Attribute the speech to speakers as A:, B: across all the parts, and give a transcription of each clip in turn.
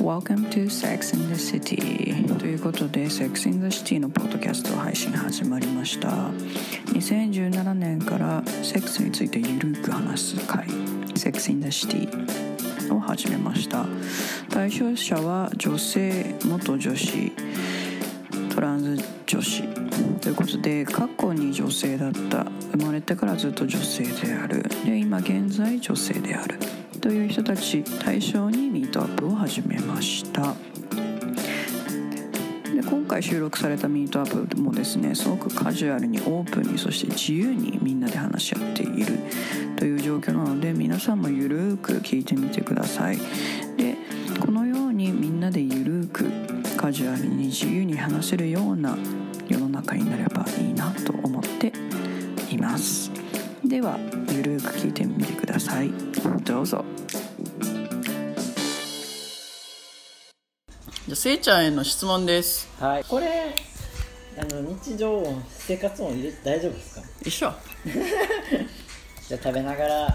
A: Welcome to Sex in the City ということで Sex in the City のポッドキャスト配信始まりました2017年からセックスについてゆるく話す会 Sex in the City を始めました対象者は女性元女子トランス女子ということで過去に女性だった生まれてからずっと女性であるで今現在女性であるという人たち対象にミートアップを始めましたで今回収録されたミートアップもですねすごくカジュアルにオープンにそして自由にみんなで話し合っているという状況なので皆さんもゆるーく聞いてみてくださいでこのようにみんなでゆるーくカジュアルに自由に話せるような世の中になればいいなと思っていますではゆるーく聞いてみてくださいどうぞ
B: じゃあ、せいちゃんへの質問です。
C: はい、これあの日常音生活音入れて大丈夫ですか
B: 一緒。
C: じゃあ食べながら、は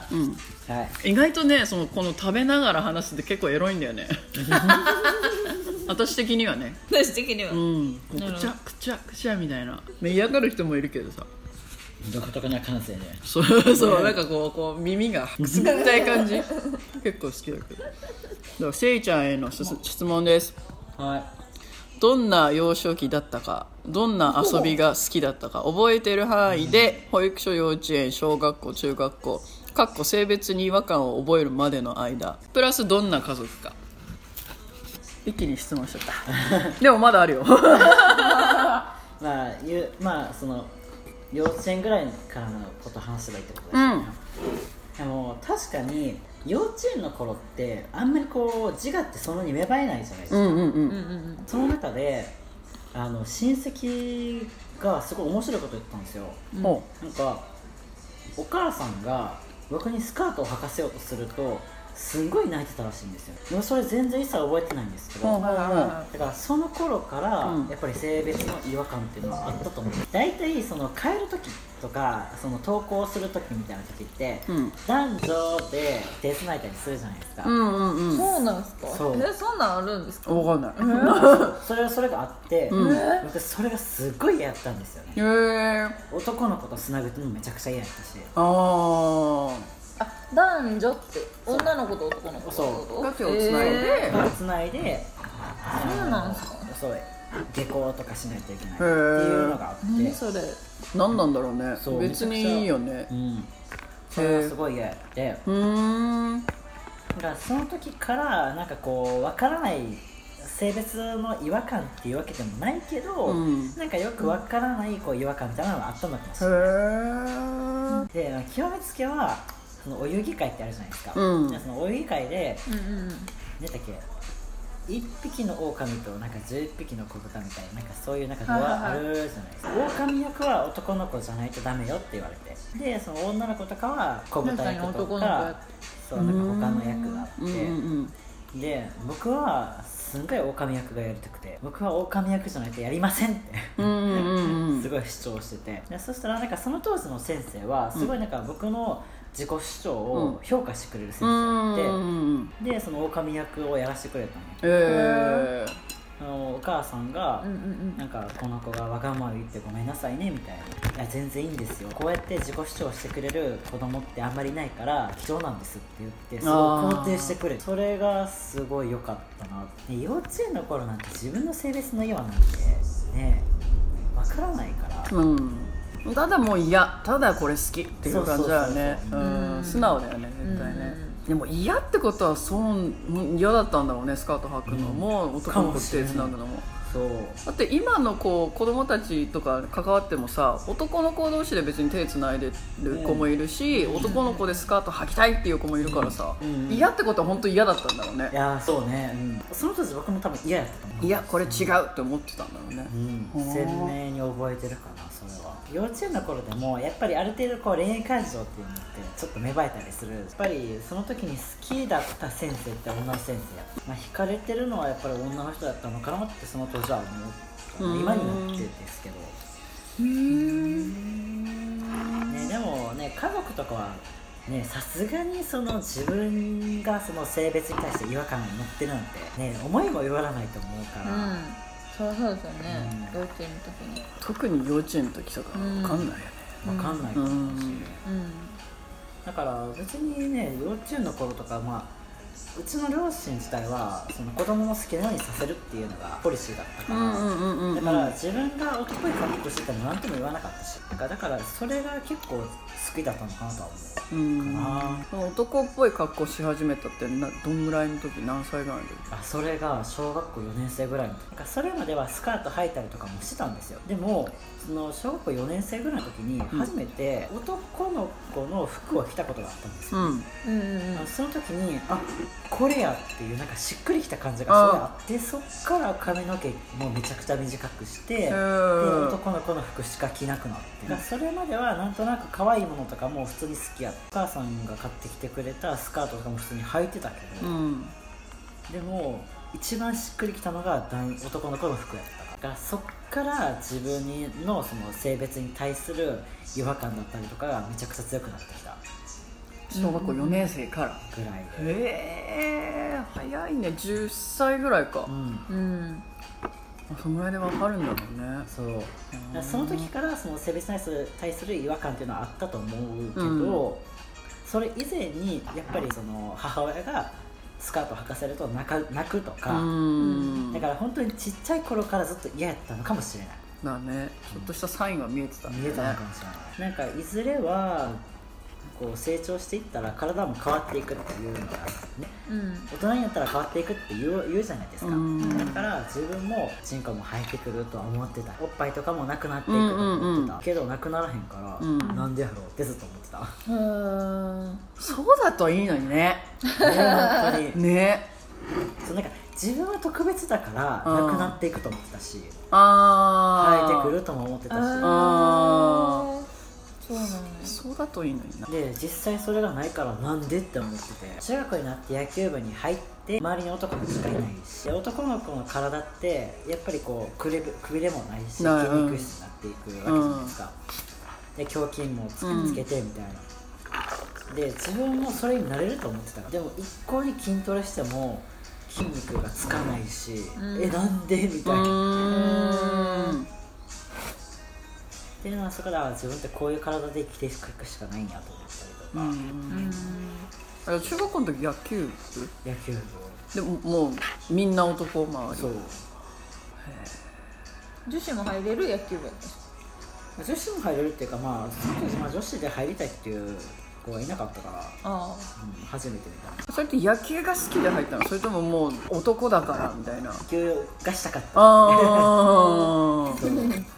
C: い
B: 意外とね、その、この食べながら話すって結構エロいんだよ ね。私的にはね。
D: 私的には、
B: うん。こうくちゃくちゃくちゃみたいな。ね、嫌がる人もいるけどさ。
C: 独特な感性で
B: そうそう、なんかこう、こう耳が くすぐったい感じ。結構好きだけど。だからせいちゃんへの質質問です。
C: はい
B: どんな幼少期だったか、どんな遊びが好きだったか、覚えてる範囲で、保育所、幼稚園、小学校、中学校、かっこ性別に違和感を覚えるまでの間、プラスどんな家族か。一気に質問しちゃ った。でもまだあるよ。
C: まあゆうまあその幼稚園ぐらいからのこと話せばいいってことで
B: う
C: す
B: ん。
C: あの確かに幼稚園の頃ってあんまりこう自我ってそんなに芽生えないじゃないです
B: う
C: か、
B: んうんう
D: うん
B: ん。
D: うんうん、
C: その中であの親戚がすごい面白いこと言ったんですよ
B: も
C: なんかお母さんが僕にスカートを履かせようとするとすんごい泣いてたらしいんですよでもそれ全然一切覚えてないんですけ
B: う。
C: ど、
B: もう、も
C: だ
B: う、も
C: からその頃から、
B: うん
C: やっぱり性別の違和感っていうのはあったと思う大体その帰る時とかその登校する時みたいな時って、
B: う。うん。
C: 男女で手繋いだりするじゃないですか、
B: うんうんうん。
D: そうなんすか
C: そう
D: えそんなんあるんですか
B: わかんない。
C: それはそれがあって、
B: うん。へ
C: 僕それがすっごい嫌やったんですよね
B: えー。
C: 男の子と繋ぐってもめちゃくちゃ嫌やったし
B: あ
D: あ男女って女の子と男の子ってこと
B: そう手をつないで
D: え
C: つないで
D: ーそうなんすか
C: そう下校とかしないといけないって
B: へ
C: い
B: ー
C: うのがあって、
D: 何それ
B: あ。なんなんだろうね
C: そう。
B: 別にいいよね
C: う。ん、それはすごい嫌やって
B: うーん。
C: だからその時からなんかこうわからない性別の違和感っていうわけでもないけど、
B: うん
C: なんかよくわからないこう違和感みたいなのがあったのかもし
B: へ
C: れない、
B: ー
C: で極めつけはそのお遊戯会ってあるじゃないですか、
B: うん
C: でそのお遊戯会で
D: うんうん
C: 何だっけ1匹の狼となんか11匹の子豚みたいななんかそういうなんかのはあるじゃないですか狼役は男の子じゃないとダメよって言われてでその女の子とかは子
D: うん中
C: 豚
D: に
C: 役と
D: 男の子
C: か
D: やって
C: そうなんか他の役があって、
B: うんうん
C: で僕はすんごい狼役がやりたくて僕は狼役じゃないとやりませんって
B: うんうんうんうん
C: すごい主張しててでそしたらなんかその当時の先生はすごいなんか僕の自己主張を評価してくれる先生で、
B: うん
C: でその狼役をやらせてくれたのよ
B: えー
C: あのお母さんが、
D: うんうん
C: なんかこの子がわがまま言ってごめんなさいねみたいないや全然いいんですよこうやって自己主張してくれる子供ってあんまりいないから貴重なんですって言ってすごい肯定してくれるそれがすごい良かったなで幼稚園の頃なんて自分の性別の違和なんてねわからないから
B: うんただもう嫌ただこれ好きっていう感じだよね
C: そうそうそう
B: うん素直だよね絶対ね
D: うん
B: でも嫌ってことはそうもう嫌だったんだろうねスカート履くのも男の子手つなぐのも
C: そう
B: だって今の子子供たちとか関わってもさ男の子同士で別に手つないでる子もいるし、男の子でスカート履きたいっていう子もいるからさ、
C: うん
B: 嫌ってことは本当嫌だったんだろうね
C: いやーそうね、うん、その当時僕も多分嫌やったと思う
B: いやこれ違うって思ってたんだろうね
C: うん
B: ほう
C: 鮮明に覚えてるかなそれは幼稚園の頃でもやっぱりある程度こう恋愛感情っていうのってちょっと芽生えたりするやっぱりその時に好きだった先生って女の先生や、まあ、惹かれてるのはやっぱり女の人だったのかなってその当時は
B: う
C: 思うん今になってですけどねでもね家族とかはねさすがにその自分がその性別に対して違和感を持ってるなんてね思いもよらないと思うから、
D: うんそりゃそうですよね、
C: うん
D: 幼稚園の時に
B: 特に幼稚園の時とか分かんないよね、
C: わかんないかもしれない、
B: うん
D: うん
C: だから別にね幼稚園の頃とかまあうちの両親自体はその子供の好きなようにさせるっていうのがポリシーだったから、
B: うんうんうんうん
C: だから自分が男っぽい格好してても何とも言わなかったしだからだからそれが結構好きだったのかなとは思う
B: うん
C: あ
B: 男っぽい格好し始めたってなどんぐらいの時何歳ぐらいの時
C: あそれが小学校4年生ぐらいの時なんかそれまではスカート履いたりとかもしてたんですよでもその小学校4年生ぐらいの時に初めて男の子の服を着たことがあったんですよ、
B: うん
D: うんうんうん
C: あその時にあこれやっていうなんかしっくりきた感じがすごいあってそっから髪の毛もうめちゃくちゃ短くして、で
B: うん
C: 男の子の服しか着なくなって、それまではなんとなく可愛いものとかも普通に好きやったお母さんが買ってきてくれたスカートとかも普通に履いてたけど、
B: うん
C: でも一番しっくりきたのが男男の子の服やったからそっから自分のその性別に対する違和感だったりとかがめちゃくちゃ強くなってきた
B: 小学校4年生から、
C: ぐらいで。
B: へえ早いね10歳ぐらいか、
C: うん
D: うん
B: あそのぐらいで分かるんだもんね
C: そうだからその時からその性別に対する違和感っていうのはあったと思うけど、
B: う
C: それ以前にやっぱりその母親がスカートを履かせると泣か泣くとか、
B: うん
C: だから本当にちっちゃい頃からずっと嫌やったのかもしれない
B: だねちょっとしたサインは見えてたんだね
C: 見えたのかもしれない、なんかいずれはこう成長していったら体も変わっていくっていうのが、ね、
D: うん
C: 大人になったら変わっていくって言う言うじゃないですか、
B: うん
C: だから自分も人口も生えてくるとは思ってたおっぱいとかもなくなっていくと思ってた、
B: うんうんうん
C: けどなくならへんから、
B: うん
C: なんでやろうってずっと思っ てたね
D: うーん
B: そうだといいのにね
C: 本当に
B: ね
C: そうなんか自分は特別だから
B: うん
C: なくなっていくと思ってたし
B: ああ
C: 生えてくるとも思ってたし
D: あーそうなんや
B: そうだといいのにな
C: で実際それがないからなんでって思ってて中学になって野球部に入って周りに男の子しかいないし男の子の体ってやっぱりこうくれぶくびれもないし筋
B: ない
C: 肉質になっていくわけじゃないですか、で胸筋もつ
B: うん
C: つけてみたいな、で自分もそれになれると思ってたからでも一向に筋トレしても筋肉がつかないし、
D: うん
C: えなんでみ
B: う
C: たいな、っ
B: ーん
C: ていうのはそこから自分ってこういう体で生きていくしかないんやと思ったりと
B: う
C: か、
B: ん
D: う
B: あれ中学校の時野球
C: 野球部
B: 部でももうみんな男
C: を
B: 周
C: そ
B: り
C: う
D: ん女子も入れる野球部やったし
C: 女子も入れるっていうかまあその当時まあ女子で入りたいっていう子はいなかったから、
D: あ
C: うん初めて見た
B: それって野球が好きで入ったのそれとももう男だからみ たいな
C: 野球がしたかった
B: あ
C: そう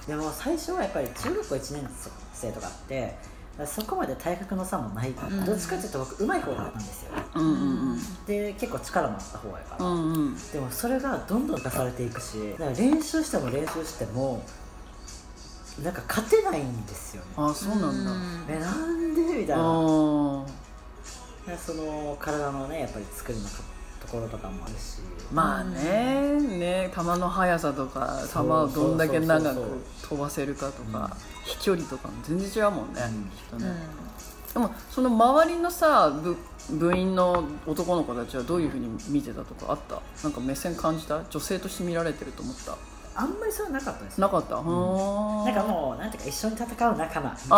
C: でも最初はやっぱり中学校1年生とかってだからそこまで体格の差もない、
D: ん
C: どっちかっていうと僕うまい方だったんですよ
B: あうんうん
C: で結構力もあった方やか
B: う
C: ら、
B: んうん
C: でもそれがどんどん出されていくしだから練習しても練習してもなんか勝てないんですよね
B: あそう
D: あ
B: なんだ
C: えなんでみたい
B: あ
C: なでその体のねやっぱり作りのところとかもあるし
B: ーまあねね球の速さとか球をどんだけ長く飛ばせるかとか飛距離とかも全然違うもんね
C: うん
B: きっと
D: うん
B: ねでもその周りのさ部部員の男の子たちはどういうふうに見てたとかあったなんか目線感じた女性として見られてると思った
C: あんまりそれなかったですね
B: なかった、うーん、
C: なんかもうなんていうか一緒に戦う仲間みたいなそんな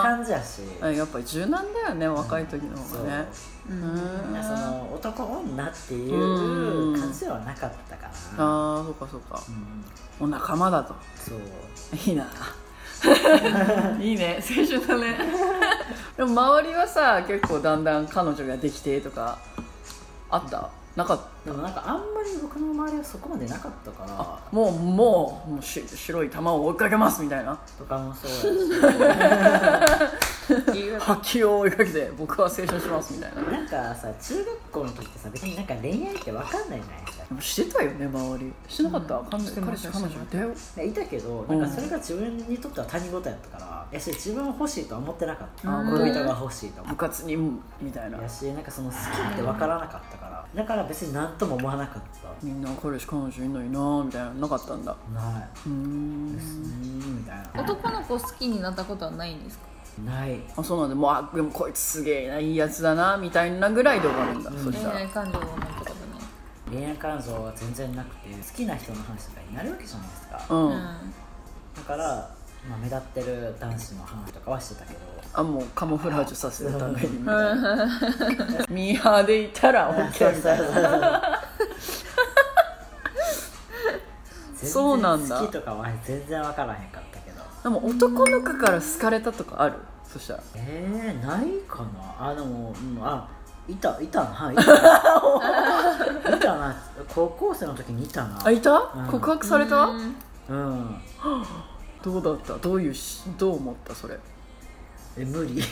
B: あ
C: 感じやし
B: あやっぱり柔軟だよね若い時の
C: そ
B: 方
C: う
B: がね
D: うん
B: うーん
C: なんかその男女ってい
B: うん
C: う感じではなかったかな
B: ああそうかそうか
C: うん
B: お仲間だと
C: そう
B: いい ないいね青春だねでも周りはさ結構だんだん彼女ができてとかあったなかった
C: でもなんかあんまり僕の周りはそこまでなかったから
B: もうもうもうし白い球を追いかけますみたいな
C: とかもそうやし
B: 波球を追いかけて僕は青春しますみたいなで
C: なんかさ中学校の時ってさ別になんか恋愛って分かんないじゃないですか
B: もしてたよね周りしてなかった、彼女
D: してま
B: 彼
D: した
B: 氏彼女だよ
C: でいたけどなんかそれが自分にとっては他人事やったからやし自分は欲しいとは思ってなかった
B: あー
C: 恋人が欲しいと思って
B: 部活にもみたいな
C: やしなんかその好きって分からなかったからだから別に何とも思わなかった
B: みんな彼氏彼女いんのになみたいなのなかったんだ
C: ないう
B: ーん
C: うーんみたいな
D: 男の子好きになったことはないんですか
C: ない
B: あそうなんだもうあでもこいつすげえないいやつだなみたいなぐらいで終わるんだ、そした
D: 恋
B: ら
D: 愛感情は持ったことない
C: 恋愛感情は全然なくて好きな人の話とかになるわけじゃないですか、
B: うん、
D: うん
C: だから、まあ、目立ってる男子の話とかはしてたけど
B: あもうカモフラージュさせるため にみたいなミーハーでいたら OK みたいな そうなんだ
C: 全然好きとかは全然分からへんかったけど
B: でも男の子から好かれたとかあるそしたら
C: えー、ないかなあでも、うん、あいたいたないたないたな高校生の時にいたな
B: あいた
C: うん
B: 告白された、
D: うん
C: うん
B: どうだったどういうしどう思ったそれ
C: え無理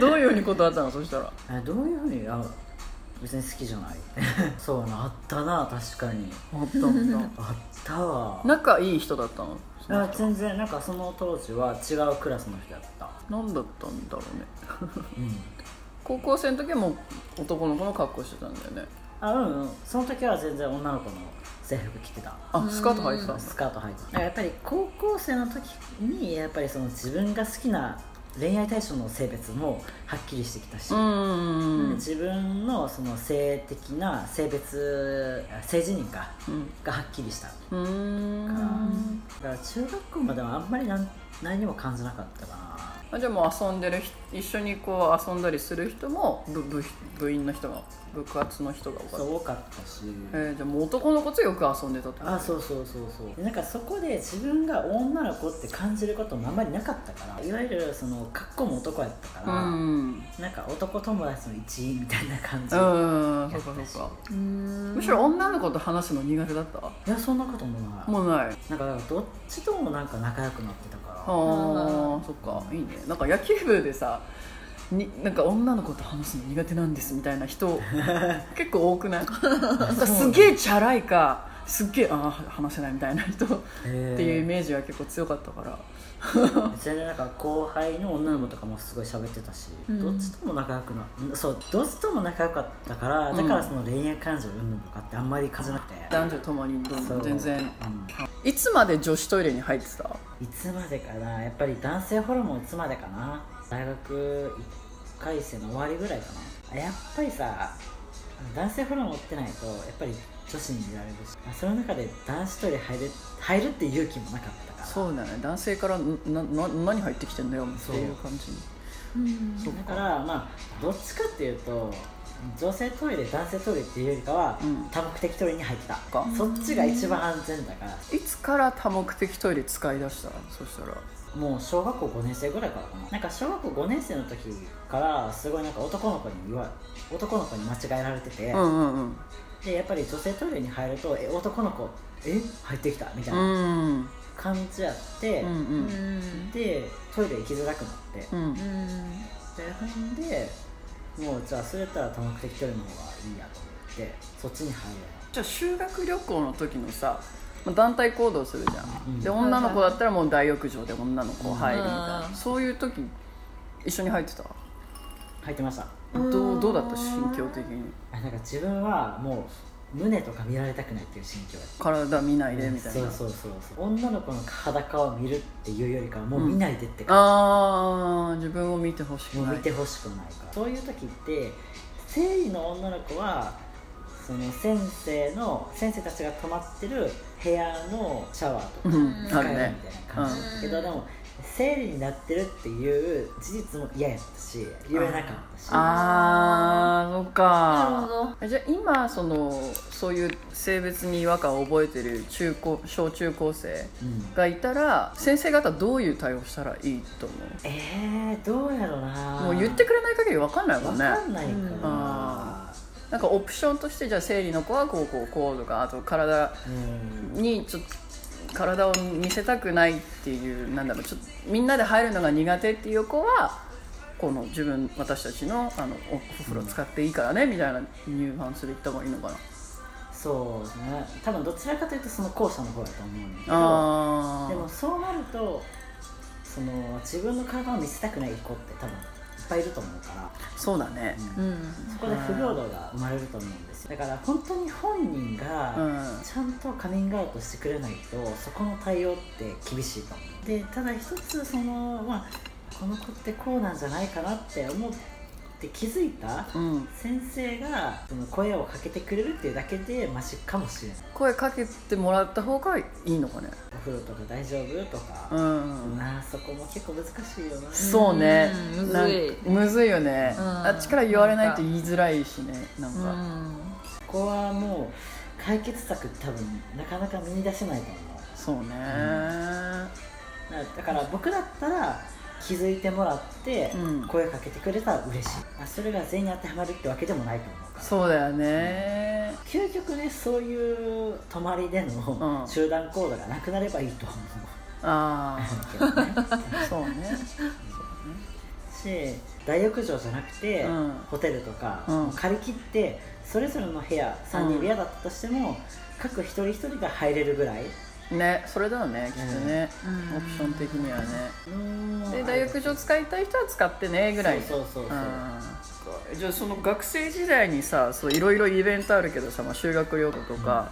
B: どういうふうに断ったのそしたら
C: えどういうふうにあ別に好きじゃない そうなあったな確かに
B: あったんだ
C: あったわ
B: 仲いい人だったのその
C: あ
B: 人
C: 全然なんかその当時は違うクラスの人だった
B: 何だったんだろうね
C: うん
B: 高校生の時はもう男の子の格好してたんだよね
C: あうんうんその時は全然女の子の制服着てた
B: あスカート履いてたんだ
C: スカート履いてたやっぱり高校生の時にやっぱりその自分が好きな恋愛対象の性別もはっきりしてきたし、
B: うん
C: 自分のその性的な性別あ性自認か
B: うん
C: がはっきりしたか
B: う
C: ら、
B: ん
C: だから中学校まではあんまりなん何も感じなかったかな
B: あじゃあもう遊んでる人一緒にこう遊んだりする人も部部部員の人が部活の人が多か
C: そ
B: っ
C: う多かったし、
B: たえー、じゃあもう男の子とよく遊んでたってこと
C: あそうそうそうそうでなんかそこで自分が女の子って感じることもあんまりなかったからいわゆるその格好も男やったか
B: う
C: ら、
B: ん
C: なんか男友達の一員みたいな感じ、
B: うん
C: や
B: そ
C: っ
B: うか
C: たし
B: そうか
D: うん
B: むしろ女の子と話すの苦手だった
C: いやそんなこともない
B: もうない
C: なんかどっちともなんか仲良くなってたから
B: あーそっかいいねなんか野球部でさになんか女の子と話すの苦手なんですみたいな人 結構多くないなんかすげえチャラいかすっげえあー話せないみたいな人って
C: へー
B: いうイメージが結構強かったから
C: 全然なんか後輩の女の子とかもすごい喋ってたし、
D: うん
C: どっちとも仲良くなそうどっちとも仲良かったからだからその恋愛感情うんぬんとかってあんまり感じなくて、
B: 男女ともにどんど
C: そ
B: ん
C: う
B: 全然
C: うん
B: いつまで女子トイレに入ってた
C: いつまでかなやっぱり男性ホルモンいつまでかな大学1回生の終わりぐらいかなやっぱりさ男性ホルモン打ってないとやっぱり女子に見られるしあその中で男子トイレ入る入るっていう勇気もなかったから
B: そうだね男性からんなな何入ってきてんだよっていう感じ
D: うん
B: そっ
C: だからまあどっちかっていうと女性トイレ男性トイレっていうよりかは、
B: うん
C: 多目的トイレに入ってた
B: か
C: そっちが一番安全だから
B: いつから多目的トイレ使い出したそしたら
C: もう小学校5年生ぐらいからかななんか小学校5年生の時からすごいなんか男の子に言わ男の子に間違えられてて、
B: うんうんうん
C: でやっぱり女性トイレに入るとえ男の子え入ってきたみたいうなん感じやって、
B: うんう
D: うんん
C: でトイレ行きづらくなって、
B: うん
D: うん
C: でほんでもうじゃあそれやったら多目的トイレの方がいいやと思ってそっちに入るよ
B: じゃあ修学旅行の時のさまあ団体行動するじゃん、
C: うん
B: で女の子だったらもう大浴場で女の子入るみたいな、
D: うん
B: そういう時一緒に入ってた、
C: うに入ってました
B: どうどうだった心境的に
C: あなんか自分はもう胸とか見られたくないっていう心境やった
B: 体見ないでみたいな、
C: そうそうそうそう女の子の裸を見るっていうよりかはもう見ないでって感
B: ああ自分を見てほし
C: じ、
B: く
C: もう
B: ない
C: 見てほしくないからそういう時って生理の女の子はその先生の先生たちが泊まってる部屋のシャワーとか
B: うん
C: 使
B: あ
C: える
B: る
C: みたい
B: ね
C: な感じだったけど、
D: うん
C: でも生理になってるっていう事実も嫌やったし言えなかったし
B: あーそっ
D: なるほ
B: かじゃあ今そのそういう性別に違和感を覚えてる中高小中高生
C: うん
B: がいたら先生方どういう対応したらいいと思
C: えー、どうやろうな
B: うもう言ってくれない限り分かんないも
C: わ
B: んね
C: かんないか
D: うん
C: ら
B: あなんかオプションとしてじゃあ生理の子はこうこうこうとかあと体
C: うん
B: にちょっと体を見せたくないっていうなんだろうちょっとみんなで入るのが苦手っていう子はこの自分私たちのあのおお風呂使っていいからねみたいなニューファンスで言った方がいいのかな
C: そうですね多分どちらかというとその後者の方だと思うんだけど
B: あ
C: でもそうなるとその自分の体を見せたくない子って多分いっぱいいると思うから
B: あそうだね
D: うん
C: そこで不平等が生まれると思うんですよだから本当に本人
B: うん
C: がちゃんとカミングアウトしてくれないとそこの対応って厳しいと思うでただ一つそのまあこの子ってこうなんじゃないかなって思って気づいた
B: うん
C: 先生がその声をかけてくれるっていうだけでマシかもしれない
B: 声かけてもらった方がいいのかね
C: お風呂とか大丈夫と
B: う
C: か、
B: ん、
C: なあそこも結構難しいよな
B: そうね
D: うんむ
B: なん
D: ずい
B: むずいよね、
D: うん
B: あっちから言われないと言いづらいしねなん
D: う
B: か、
D: ん
C: そこはもう解決策多分なかなか見出せないと思う
B: そうね、
C: なだから僕だったら気づいてもらって
B: うん
C: 声かけてくれたら嬉しい、あそれが全員当てはまるってわけでもないと思うから
B: そうだよね、
C: 究極ねそういう泊まりで
B: う
C: の
B: ん
C: 集団行動がなくなればいい と思う
B: あ
C: けどね、
B: あそうね
C: し大浴場じゃなくて、
B: うん
C: ホテルとか、
B: うん
C: 借り切ってそれぞれの部屋3人部屋だったとしても、各一人一人が入れるぐらい
B: ねそれだよねきっとね、
D: うん
B: オプション的にはね、
C: の
B: で大浴場使いたい人は使ってねぐらい
C: そうそうそうそう、
B: うんじゃあその学生時代にさそういろいろイベントあるけどさ、まあ、修学旅行とか、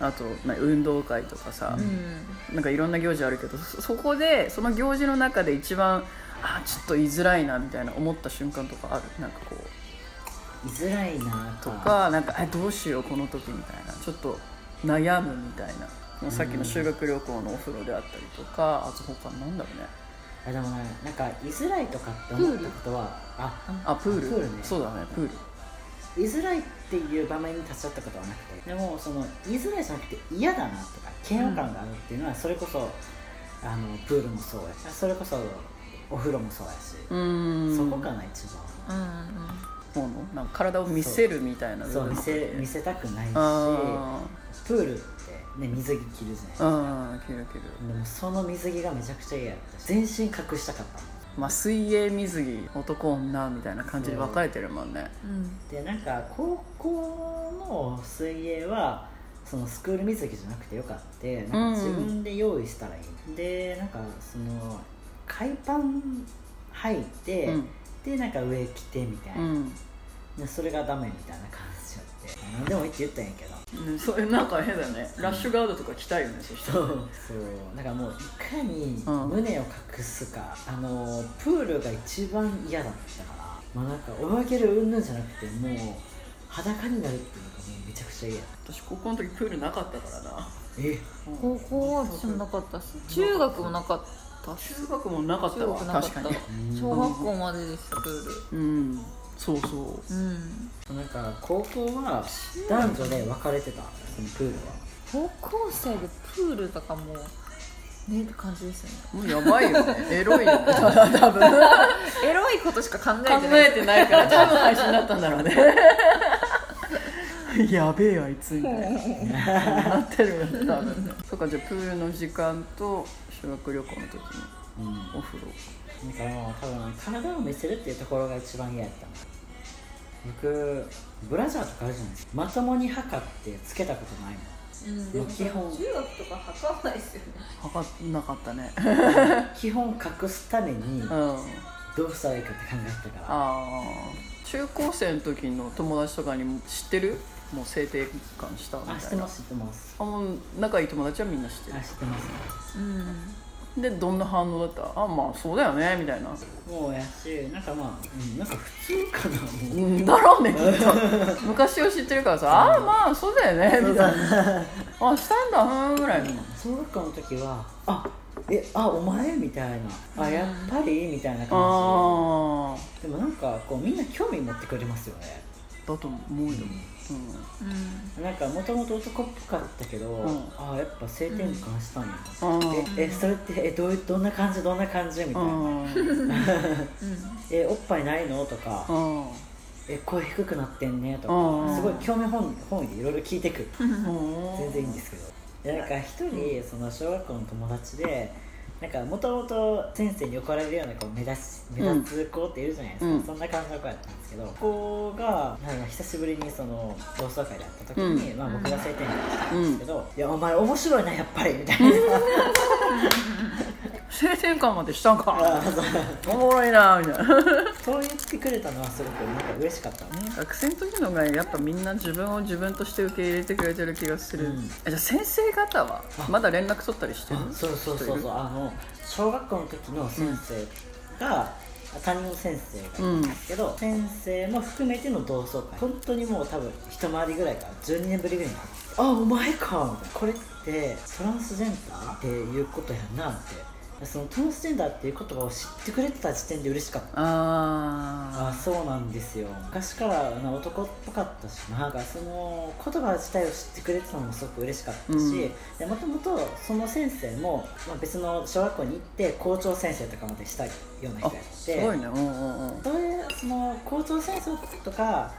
B: あと、まあ運動会とかさ、なんかいろんな行事あるけどそそこでその行事の中で一番あちょっと居づらいなみたいな思った瞬間とかあるなんかこう
C: 居づらいなと
B: とかなんかえどうしようこの時みたいなちょっと悩むみたいなもうさっきの修学旅行のお風呂であったりとかあと他なんだろうね
C: あでもねなんか居づらいとかって思ったことはあ
B: あプール
C: プールね
B: そうだねプール
C: 居づらいっていう場面に立ち会ったことはなくてでもその居づらいじゃなくて嫌だなとか嫌悪感があるっていうのはそれこそ、あのプールもそうやしそれこそお風呂もそうやし、
B: うーん
C: そこかな一番
B: ものなんか体を見せるみたいな部
C: そう
B: 分
C: 見せ見せたくないし
B: あ
C: プールって、ね、水着着るじ
B: ー
C: ゃない
B: あー切る切る
C: でもその水着がめちゃくちゃ嫌やったし全身隠したかったもん
B: まあ水泳水着男女みたいな感じで分かれてるもんね
C: でなんか高校の水泳はそのスクール水着じゃなくてよかってなんか自分で用意したらいい、でなんかその海パン履いて、
B: うん
C: でなんか上着てみたいうな、
B: ん
C: でそれがダメみたいな感じやって何でもいいって言ったんやけど
B: ねそれなんか変だよねラッシュガードとか着たいよねそした
C: そ
B: ら
C: うなんかもういかに
B: うん
C: 胸を隠すか、あのプールが一番嫌だったからもうなんか泳げる云々じゃなくてもう裸になるっていうのがもうめちゃくちゃ嫌
B: 私高校の時プールなかったからな
C: え
D: 高校は私もなかったし中学もなかったし
B: 中学もなかった
D: 中
B: わ
D: 学なかっ
B: 確か
D: た
B: に
D: 小学校までですプール
B: うんそうそう
D: うん
C: なんか高校は男女で分かれてたそのプールは
D: 高校生でプールとかもねって感じですよね
B: もうやばいよ ねエロいよね多分
D: エロいことしか考えて
B: 考
D: ない
B: えてないから多分配信だったんだろうね やべえあいつみたいな なってるよね多分ねそうかじゃあプールの時間と修学旅行の時の
C: うん
B: お風呂
C: なんかもう多分体を見せるっていうところが一番嫌やったの僕ブラジャーとかあるじゃないですかまともに測ってつけたことないもん
D: うんでも
C: 基本
D: 中学とか測らないですよね
B: はかんなかったね
C: 基本隠すために
B: うんあ
C: どうしたらいいかって考えてたから
B: あ中高生の時の友達とかにも知ってるもう性転換したみたい
C: あ
B: な
C: 知ってます知ってます
B: あもう仲いい友達はみんな知って
C: あ知ってます
D: うん
B: るでどんな反応だったあまあそうだよねみたいな
C: もうやしなんかまあ、うん、なんか普通かなもう
B: うんだろうねきっと昔を知ってるからさああまあそうだよねみたいなあしたんだふーんぐらいの
C: 小学校の時はあえあお前みたいなあやっぱりみたいな感
B: ああ
C: じでもなんかこうみんな興味持ってくれますよね
B: だと思うよ、
D: うん
C: なんかもともと男っぽかったけど、
B: ん
C: あやっぱ性転換したんや、
B: うんあ
C: ええそれってえどういうどんな感じどんな感じみたいな、
B: あうん
C: えおっぱいないのとか、
B: うん
C: え声低くなってんねとか、
B: うん
C: すごい興味本位本位でいろいろ聞いてくる
B: うん
C: 全然いいんですけどでなんか一人その小学校の友達でなんかもともと先生に怒られるようなこう目立つ目立つ子っているじゃないですか、
B: うん
C: そんな感じの子やったんですけど子がなんか久しぶりにその同窓会で会った時に、
B: う
C: まあ、僕が晴天会したんですけど「いやお前面白いなやっぱり」みたい な
B: 性転換までしたんかおもろいなみたいな
C: そう言ってくれたのはすごくなんか嬉しかったね
B: 学生の時の方がやっぱみんな自分を自分として受け入れてくれてる気がする、
C: うん
B: えじゃあ先生方はまだ連絡取ったりしてる
C: そうそうそうそうあの小学校の時の先生が担任の先生がいるんですけど、先生も含めての同窓会本当にもう多分一回りぐらいから12年ぶりぐらいにあお前か」みたいなこれってトランスジェンダーっていうことやなってそのトランスジェンダーっていう言葉を知ってくれてた時点で嬉しかった
B: あ
C: あそうなんですよ昔からあの男っぽかったしなんかその言葉自体を知ってくれてたのもすごく嬉しかったし、
B: うん
C: でもともとその先生も、まあ、別の小学校に行って校長先生とかまでしたような
B: あ
C: 人やって
B: すごいねうんうんうん
C: そういうその校長先生とか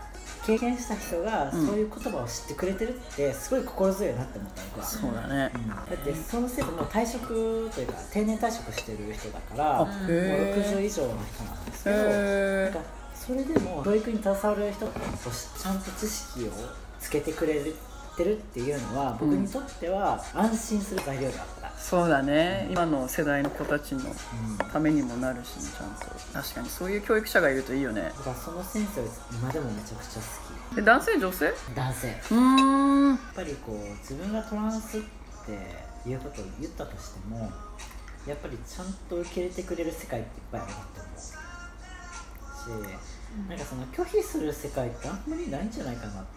C: 経験した人がそう
B: うん
C: いう言葉を知ってくれてるってすごい心強いなって思った僕は。
B: そうだね
C: うんだってその生徒もう退職というか定年退職してる人だから
B: あ
C: も
B: へ
C: う60
B: え
C: 以上の人なんですけど、なん
B: へ
C: かそれでも教育に携わる人としちゃんと知識をつけてくれてるっていうのは僕にとっては安心する材料だった、
B: そうだね今の世代の子たちの
C: うんだか
B: ためにもなるしねちゃんと確かにそういう教育者がいるといいよね
C: らその先生は今でもめちゃくちゃ好
B: で男性女性う
C: き男性やっ
B: ーん
C: ぱりこう自分がトランスっていうことを言ったとしてもやっぱりちゃんと受け入れてくれる世界っていっぱいあるなって思うしなんかその拒否する世界ってあんまりないんじゃないかなって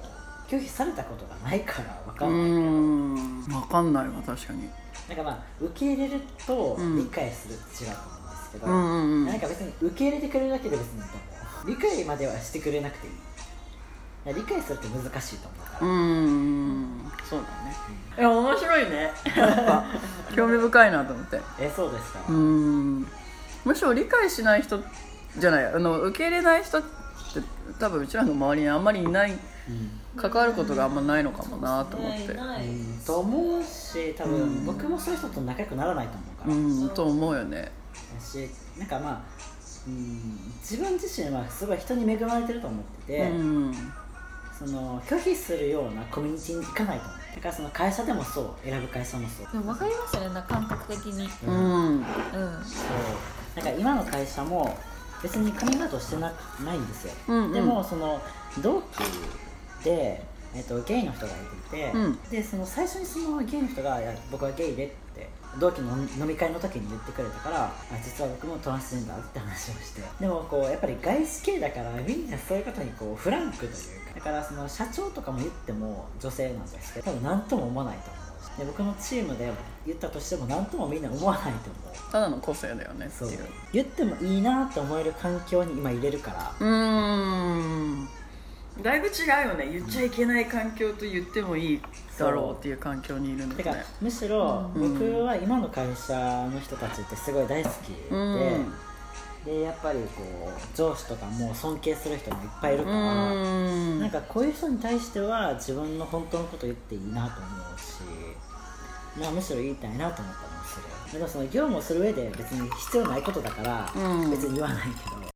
C: 思う拒否されたことがないから分
B: う
C: かんないけど、
B: ーん分かんないわ確かに
C: なんかまあ受け入れると
B: うん
C: 理解するって違うと思うんですけど、
B: うんうんうん
C: なんか別に受け入れてくれるだけで別にいいと思う理解まではしてくれなくていいだから理解するって難しいと思うか
B: う
C: ら、
B: んそうだね
C: う
B: いや面白いねやっ ぱ興味深いなと思って
C: えそうですか、
B: うーんむしろ理解しない人じゃないあの受け入れない人って多分うちらの周りにあんまりいない関わることがあんまないのかもなと思って
D: ないない
C: うんと思うし多
B: う
C: 分
B: ん
C: 僕もそういう人と仲良くならないと思うから、
B: うんと思うよね
C: だしなんかまあうん自分自身はすごい人に恵まれてると思って
B: う
C: て、
B: ん
C: その拒否するようなコミュニティに行かないと思うだからその会社でもそう選ぶ会社もそう
D: でも分かりますよねなんか感覚的に
B: うん
D: うん
C: そうなんか今の会社も別にカミングアウトしてなないんですよ、
B: うんうん
C: でもその同期で、えっとゲイの人がいていて、
B: うん
C: でその最初にそのゲイの人がいや「僕はゲイで」って同期の飲み会の時に言ってくれたからあ実は僕もトランスジェンダーって話をしてでもこうやっぱり外資系だからみんなそういうことにこうフランクというかだからその社長とかも言っても女性なんですけど多分何とも思わないと思うしで僕のチームで言ったとしても何ともみんな思わないと思う
B: ただの個性だよねって
C: そう
B: いうう
C: 言ってもいいなって思える環境に今入れるから
B: ーんだいぶ違うよね言っちゃいけない環境と言ってもいいだろうっていう環境にいるん
C: て
B: だよ
C: か
B: ね
C: むしろ
B: うん
C: 僕は今の会社の人たちってすごい大好きで、
B: うん
C: でやっぱりこう上司とかも尊敬する人もいっぱいいる
B: う
C: から、
B: ん
C: なんかこういう人に対しては自分の本当のこと言っていいなと思うし、まあ、むしろ言いたいなと思ったりもするでもその業務をする上で別に必要ないことだから
B: うん
C: 別に言わないけど、